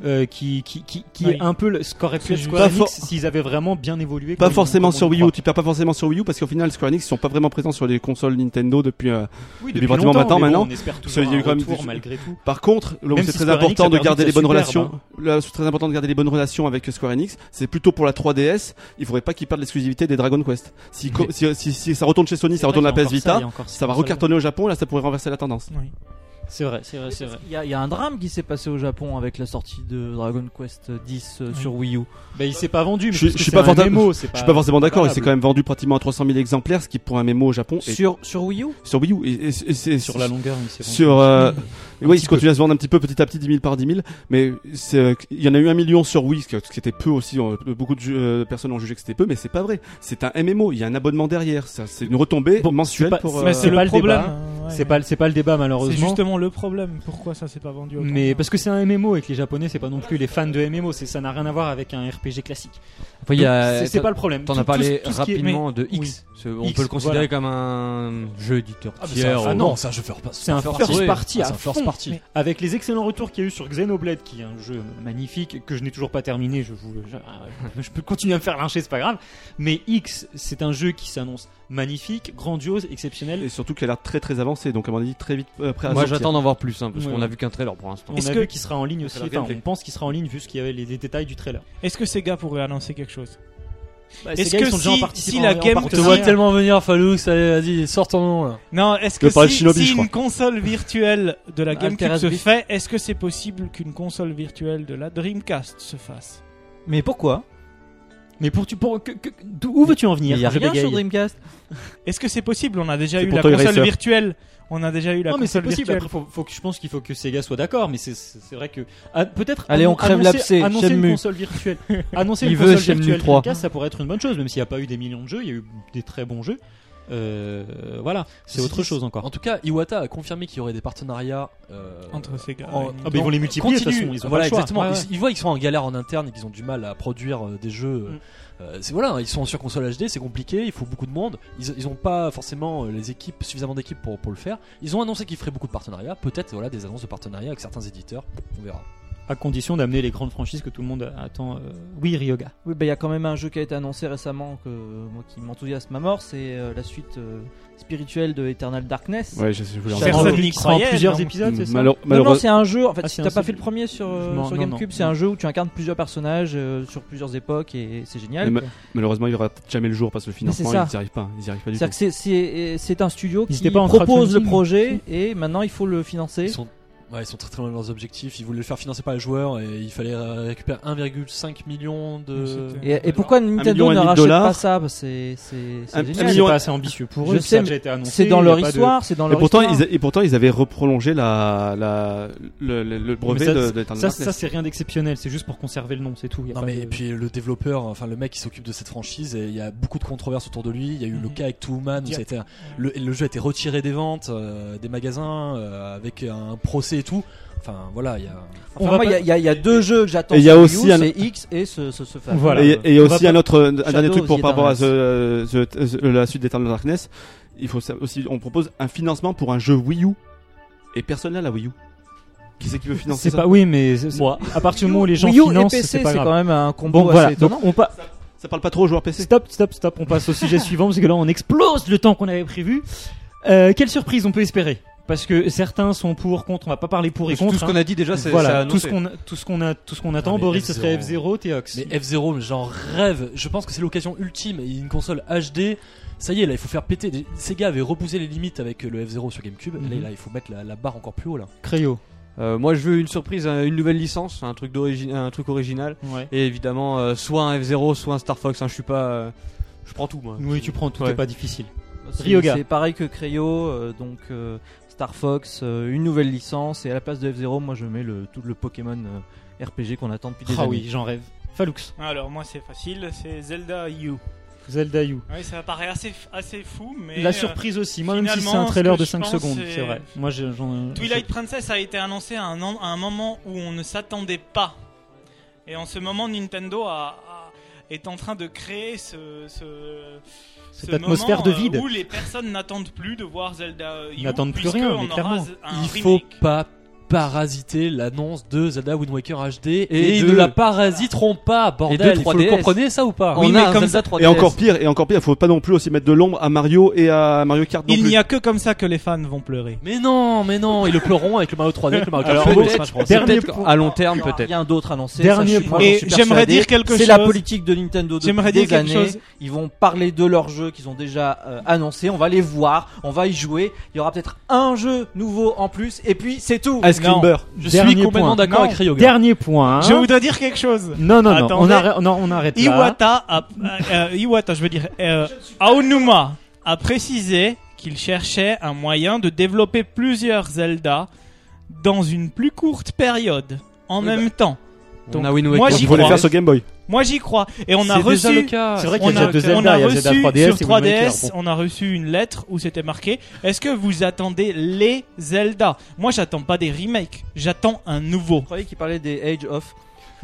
euh, qui qui qui, qui
Oui.
est un peu le- ce qu'aurait pu
C'est
être
pas
Square Enix
for-
s'ils avaient vraiment bien évolué
Pas
comme-
forcément
comme on
sur
le
Wii U,
croit.
tu perds pas forcément sur Wii U parce qu'au final Square Enix ils sont pas vraiment présents sur les consoles Nintendo depuis. euh,
Oui,
depuis pratiquement
longtemps,
20
mais bon,
ans maintenant.
on espère
Ça,
toujours
il y a eu
un
quand même
retour
des-
malgré tout.
Par contre, là où
Même
c'est
si
très
Square Enix
important
a
de
perdu
garder
de
les bonnes
superbe, hein.
relations. Là, c'est très important de garder les bonnes relations avec Square Enix. C'est plutôt pour la 3DS. Il faudrait pas qu'ils perdent l'exclusivité des Dragon Quest. Si, co- si, si, si ça retourne chez Sony, ça retourne à la PS Vita. Ça, va recartonner au Japon. Là, ça pourrait renverser la tendance.
Oui.
C'est vrai, c'est vrai, c'est vrai.
Il y, a- il y a un drame qui s'est passé au Japon avec la sortie de Dragon Quest X euh, sur Wii U.
Bah, il s'est pas vendu. Mais
Je-
parce que
je suis
c'est
pas
un
forta-
MMO, c'est
Je suis pas forcément d'accord. Il s'est
valable.
quand même vendu pratiquement à 300 000 exemplaires, ce qui pour un mémo au Japon est
Sur, sur Wii U
sur Wii U. Et, et- et c'est
sur la longueur. il s'est vendu.
sur euh, oui
petit
il continue à se vendre un petit peu petit à petit 10 000 par 10 000 mais c'est euh, il y en a eu un million sur Wii ce qui ce qui était peu aussi on- beaucoup de ju- euh, personnes ont jugé que c'était peu mais c'est pas vrai c'est un MMO il y a un abonnement derrière ça c'est une retombée
Bon,
mensuelle
Bah,
c'est pas-
pour
c'est- mais
euh,
c'est pas le
problème.
débat.
euh, ouais,
C'est pas, le- c'est pas le débat
C'est
malheureusement.
justement le problème. Pourquoi ça s'est pas vendu autant euh,
Mais parce que c'est un MMO et que les Japonais c'est pas non plus les fans de MMO, c'est ça n'a rien à voir avec un RPG classique.
Après, il y
Donc,
a-
c'est- c'est pas le problème.
T'en
Tout-
as parlé
tout ce- tout ce qui est-
rapidement de
oui.
X. Ce- On
X,
peut le considérer comme un jeu éditeur
Ah, mais
tiers.
ça-
ou-
ah non, ça je vais faire pas.
C'est un
First
first
party.
party
Ah,
à
c'est un first
fond.
party.
Mais Avec les excellents retours qu'il y a eu sur Xenoblade, qui est un jeu magnifique que je n'ai toujours pas terminé, je, vous, je, je peux continuer à me faire lyncher, c'est pas grave. Mais X, c'est un jeu qui s'annonce magnifique, grandiose, exceptionnel.
et surtout qu'elle a l'air très très avancée donc à mon avis très vite euh, prêt à
Moi,
sortir.
j'attends d'en voir plus, hein, parce
Ouais.
qu'on a vu qu'un trailer pour l'instant.
On
Est-ce
a
que-
vu qu'il sera en ligne aussi.
Alors,
Enfin,
gameplay.
on pense qu'il sera en ligne vu ce qu'il y avait les, les détails du trailer.
Est-ce que Sega pourrait annoncer quelque chose
Bah,
Est-ce
Sega, ils
que
sont déjà
si-
en participant-
si la
en
Game-
On te
partenariat.
voit tellement venir, Falou, ça a dit, sort ton nom là.
Non, est-ce
Je
que
parle
si,
Shinobi,
si
je crois.
une console virtuelle de la GameCube
Altered
se
Beast.
fait, est-ce que c'est possible qu'une console virtuelle de la Dreamcast se fasse
Mais pourquoi
Mais pour tu pour que- que- d'où- où veux-tu en venir
Il y a
Je
rien
bégaye.
sur Dreamcast.
Est-ce que c'est possible On a déjà
C'est
eu
pour
la
Toy
console
Racer.
virtuelle. On a déjà eu la
non mais c'est
console
possible.
virtuelle.
Après, faut, faut que, je pense qu'il faut que Sega soit d'accord, mais c'est- c'est c'est vrai que ah, peut-être.
Allez,
annon-
on crève
annoncer-
l'abcès,
Annoncer une
Shenmue.
console virtuelle. annoncer
Il
une
veut
console
Shenmue
virtuelle
3.
Dreamcast, ça pourrait être une bonne chose, même s'il n'y a pas eu des millions de jeux, il y a eu des très bons jeux. Euh, voilà, c'est
Ceci
autre
dit,
chose encore.
En tout cas, Iwata a confirmé qu'il y aurait des partenariats euh,
Entre Sega.
en-
et
Ah,
Nintendo.
bah, ils vont les multiplier de toute
continus.
façon, ils ont
voilà,
pas le choix.
exactement.
Ouais, ouais.
Ils, ils voient qu'ils sont en galère en interne et qu'ils ont du mal à produire euh, des jeux. euh,
Mm.
euh, c'est voilà, ils sont sur console HD, c'est compliqué, il faut beaucoup de monde. Ils, ils ont pas forcément euh, les équipes suffisamment d'équipes pour, pour le faire. Ils ont annoncé qu'ils feraient beaucoup de partenariats. Peut-être voilà des annonces de partenariats avec certains éditeurs. On verra.
à condition d'amener les grandes franchises que tout le monde attend. euh, Oui, Ryoga.
Oui, bah il y a quand même un jeu qui a été annoncé récemment que euh, moi qui m'enthousiasme à mort, c'est euh, la suite euh, spirituelle de Eternal Darkness.
Ouais, je, je voulais en
Personne
parler. Mm.
n'y
Enix sera en
croyait,
plusieurs
non.
épisodes, c'est ça
Malheure-
Non, non,
malheureux-
c'est un jeu. En fait,
Ah,
si
c'est
t'as
un
pas
seul-
fait le premier sur, euh,
Non,
sur
non,
GameCube,
non,
c'est
non.
un jeu où tu incarnes plusieurs personnages euh, sur plusieurs époques et c'est génial.
Mais ma- malheureusement, il y aura peut-être jamais le jour parce que le
Mais c'est
financement,
ça.
ils n'y arrivent pas. Ils n'y arrivent pas du tout.
C'est-à-dire que c'est- c'est c'est un studio
Ils
qui
étaient pas en
propose le
crowdfunding.
projet et maintenant il faut le financer.
Ils sont, ouais, ils sont très très loin de leurs objectifs. Ils voulaient le faire financer par les joueurs et il fallait euh, récupérer 1,5 million
Mais
de.
c'était-
Et, et pourquoi
million
Nintendo
et
ne
demi de
rachète
dollars.
pas ça C'est c'est- c'est
Un- un
Ah, mais
génial.
C'est
million-
pas assez ambitieux pour
Je
eux.
sais,
ça a
mais
déjà été annoncé,
C'est dans
il y a
leur
pas de-
histoire, c'est dans
Et
leur
pourtant,
histoire.
ils, a- et pourtant, ils avaient reprolongé la, la, le, le- le brevet
Mais ça,
de,
c'est-
de Eternal
Ça,
Darkness.
ça, c'est rien d'exceptionnel, c'est juste pour conserver le nom, c'est tout. il y a
Non
pas
mais
de-
et puis le développeur, enfin le mec qui s'occupe de cette franchise, et il y a beaucoup de controverses autour de lui. Il y a eu le
Mhm.
cas avec Two Man, où ça a été un- le, le jeu a été retiré des ventes, euh, des magasins, euh, avec un procès et tout. Enfin voilà, il y a.
on
Enfin,
va
moi, il y a- il y, a- il y a deux jeux que j'attends.
Et il y a
sur Wii
aussi
U,
un-
c'est X et ce, ce, ce fameux.
Voilà.
Et- Et il y a
On
aussi
va
un autre un
Shadow
dernier truc pour
aussi
par
est un
rapport à euh,
axe.
ce- ce- ce- la suite d'Eternal Darkness. Il faut ça aussi, on propose un financement pour un jeu Wii U et personne n'a la Wii U. Qui c'est qui veut financer
C'est
ça
pas, oui, mais c'est- à partir du moment où les gens
Wii U
financent,
et PC,
c'est pas grave.
quand même un combo
Bon,
assez
voilà.
étonnant.
Donc, on pa-
Ça parle pas trop aux joueurs PC.
Stop, stop, stop. On passe au sujet suivant parce que là, on explose le temps qu'on avait prévu. Euh, quelle surprise on peut espérer Parce que certains sont pour, contre. On va pas parler pour et
Tout
contre.
ce
hein.
qu'on a dit déjà, c'est ça a
voilà, tout
annoncé.
ce qu'on, tout ce qu'on a, tout ce qu'on attend.
mais
Boris, ce serait
F0,
F0, Théox.
Mais F0, j'en rêve. Je pense que c'est l'occasion ultime. Et une console HD, ça y est là, il faut faire péter. Des- Sega avait repoussé les limites avec le F0 sur GameCube. Là,
Mhm.
là, il faut mettre la, la barre encore plus haut là.
Cryo.
Euh, moi, je veux une surprise, un- une nouvelle licence, un truc, d'origine, un truc original.
Ouais.
Et évidemment, euh, soit un F0, soit un Star Fox. hein, je suis pas. euh, je prends tout, moi.
Oui, tu prends tout,
Ouais.
est pas difficile.
C'est-
Ryoga.
C'est pareil que Cryo, euh, donc euh, Star Fox, euh, une nouvelle licence et à la place de F0, moi je mets le tout le Pokémon euh, RPG qu'on attend depuis des
Ah
années.
oui, j'en rêve. Falux,
Alors moi c'est facile, c'est Zelda U.
Zelda U.
Oui, ça paraît assez, assez fou, mais
La
euh,
surprise aussi, moi même si c'est
finalement,
un
ce
trailer
que
de
je
5
pense,
secondes,
c'est-
c'est vrai. Moi je- j'en.
Twilight Princess a été annoncé à un, an- à un moment où on ne s'attendait pas. Et en ce moment, Nintendo a- a- est en train de créer ce, ce-
Cette
ce
atmosphère de
moment,
vide.
euh, où les personnes n'attendent plus de voir Zelda U.
N'attendent plus
puisque
rien,
on
mais
aura
clairement.
z- un
il
remake.
faut pas parasiter l'annonce de Zelda Wind Waker HD et,
Et
ils
de-
ne la parasiteront pas bordel.
de
il faut
3DS.
le comprenez ça ou pas
On
Oui,
a
mais
un
comme
Zelda
ça,
3DS.
Et encore pire, et encore pire, il faut pas non plus aussi mettre de l'ombre à Mario et à Mario Kart non
Il
plus.
n'y a que comme ça que les fans vont pleurer.
Mais non, mais non, ils le pleureront avec le Mario 3D, avec le Mario
Alors,
Kart,
peut-être-
le Smash Bros.
dernier
Peut-être
point.
qu'à long terme,
Il y aura
peut-être.
rien d'autre annoncé.
Dernier
ça, je suis-
point.
moi, j'en
Et
suis
j'aimerais
persuadé.
dire quelque
C'est la
chose.
politique de Nintendo depuis
J'aimerais
des
dire quelque
années.
chose.
Ils vont parler de leurs jeux qu'ils ont déjà euh, annoncés. On va les voir, on va y jouer. Il y aura peut-être un jeu nouveau en plus, et puis c'est tout.
Ice Cream
Non.
Bear.
Je
Dernier
suis complètement
point.
d'accord
Non.
avec Ryoga.
Dernier point.
Je voudrais dire quelque chose.
Non, non, non, on
Attendez.
arrête, non, on arrête là.
Iwata, a- euh, Iwata, je veux dire, euh, Aonuma a précisé qu'il cherchait un moyen de développer plusieurs Zelda dans une plus courte période en
Oui,
bah.
même temps.
On
Donc,
a Wind
moi,
Waker.
j'y
Il faut les
crois.
faire sur Game Boy.
Moi j'y crois. Et on
C'est
a
déjà le
reçu.
cas.
C'est vrai qu'il y a
On
déjà
a,
deux
on a
Zelda, il y a
reçu
Zelda 3DS et
sur 3DS,
Wind Waker,
on a reçu une lettre où c'était marqué Est-ce que vous attendez les Zelda Moi, j'attends pas des remakes, j'attends un nouveau.
Je croyais qu'il parlait des Age of.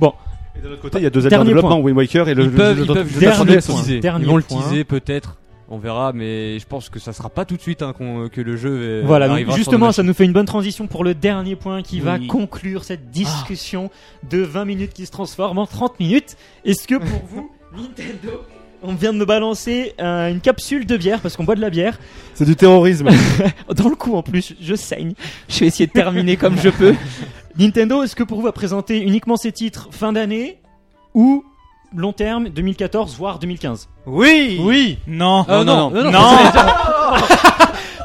Et de l'autre côté, il y a deux Zelda en
Dernier
développement, Wind Waker et le
Ils peuvent, ils peuvent.
Dernier
Ils vont le
point.
teaser.
Dernier
Ils vont le
point.
teaser, peut-être. On verra, mais je pense que ça sera pas tout de suite hein, qu'on- que le jeu. euh,
Voilà, donc
arrivera sur
justement,
nos
ça nous fait une bonne transition pour le dernier point qui va
Oui. Ah.
conclure cette discussion de 20 minutes qui se transforme en 30 minutes. Est-ce que pour vous, Nintendo, on vient de me balancer euh, une capsule de bière parce qu'on boit de la bière
C'est du terrorisme.
dans le coup en plus, je saigne. Je vais essayer de terminer comme je peux. Nintendo, est-ce que pour vous va présenter uniquement ces titres fin d'année ou long terme 2014 voire 2015
Oui
Oui.
Non,
Ah, non,
non,
non,
non,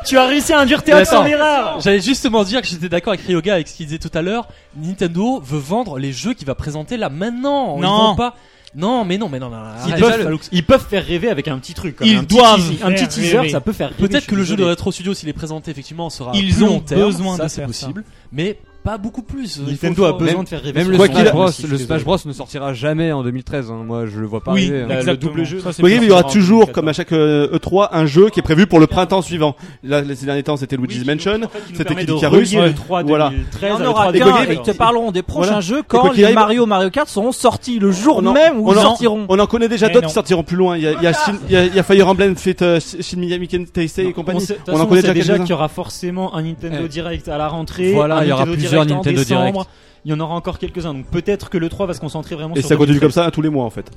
Tu as réussi à induire Théox
Mais attends.
en erreur.
J'allais justement dire que j'étais d'accord avec Ryoga avec ce qu'il disait tout à l'heure. Nintendo veut vendre les jeux qu'il va présenter là maintenant. Ils
Non.
vendent pas. Non, mais non, mais non, non, non,
Ils
arrête. Ah, Déjà,
peuvent,
le-
ils peuvent faire rêver avec un petit truc. quand même,
Ils
un petit
doivent
teasing- un petit
faire
teaser,
rêver.
ça peut faire. rêver,
Peut-être
je
que
suis
le jeu de
désolé.
Retro Studio, s'il est présenté, effectivement, sera.
Ils
plus
ont
long terme.
besoin
ça,
de
c'est
faire ça.
possible. Mais pas beaucoup plus. Il
Nintendo
faut-
a
faut-
besoin de faire rêver.
Même
son
le
Quoi
jeu.
qu'il
Smash
a-
Bros,
Je suis
le
désolé.
Smash Bros ne sortira jamais en 2013. hein. Moi, je le vois pas
oui,
arriver. hein.
le
exactement.
double jeu.
Ça, c'est
Vous voyez,
pour
il y aura
ça.
toujours, comme à chaque euh, E3, un jeu qui est prévu pour le printemps suivant. Là, ces derniers temps, c'était
Oui,
Luigi's
qui
Mansion.
nous- en fait, qui nous
c'était
permet de
Kid Icarus,
relier le
ouais.
3
Voilà.
2013
Il
à
en
le
aura
3
des
qu'un
Golem.
et ils te parleront des prochains
Voilà.
jeux
quoi
quand
qu'il
les
arrive-
Mario Mario Kart seront sortis le jour
On en-
même où
on
ils
en-
sortiront.
On en connaît déjà
Mais
d'autres
non.
qui sortiront plus loin. Il y a, il y a Shin- il y a- il y a Fire Emblem, fait, euh, Shin Megami Tensei et compagnie.
sait- de toute
On en
façon,
connaît
sait
déjà
déjà
quelques-uns.
qu'il y aura forcément un Nintendo
Eh.
Direct à la rentrée.
Voilà,
un
il y aura
Nintendo
plusieurs
Direct en
Nintendo
décembre. il y en aura encore quelques-uns. Donc peut-être que le 3 va se concentrer vraiment
Et
sur.
ça continue
2013.
comme ça hein, tous les mois en fait.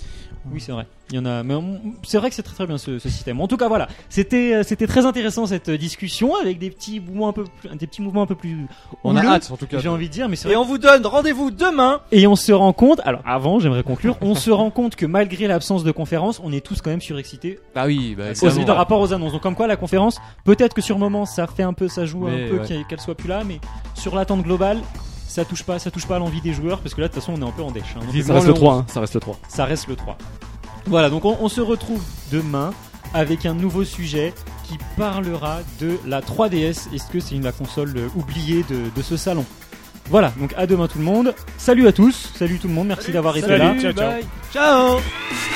Oui, c'est vrai. Il y en a. Mais on- c'est vrai que c'est très très bien ce, ce système. En tout cas, voilà. C'était euh, c'était très intéressant cette euh, discussion avec des petits mouvements un peu plus, des petits mouvements un peu plus.
On a
houleux,
hâte en tout cas.
J'ai envie de dire, mais c'est
Et
vrai.
on vous donne rendez-vous demain
Et on se rend compte. Alors avant, j'aimerais conclure. On se rend compte que malgré l'absence de conférence, on est tous quand même surexcités
Bah oui, bah,
aussi
évidemment.
par rapport aux annonces. Donc comme quoi la conférence, peut-être que sur le moment ça fait un peu, ça joue
Mais
un peu
ouais.
qu'il- qu'elle soit plus là, mais sur l'attente globale, ça touche pas, ça touche pas à l'envie des joueurs parce que là de toute façon on est un peu en déche. hein. Donc,
Ça reste le 3, hein, ça reste le 3.
ça reste le 3. Voilà, donc on, on se retrouve demain avec un nouveau sujet qui parlera de la 3DS. Est-ce que c'est une- la console euh, oubliée de, de ce salon Voilà, donc à demain tout le monde. Salut à tous, salut tout le monde, merci d'avoir été là.
Ciao, ciao.
Ciao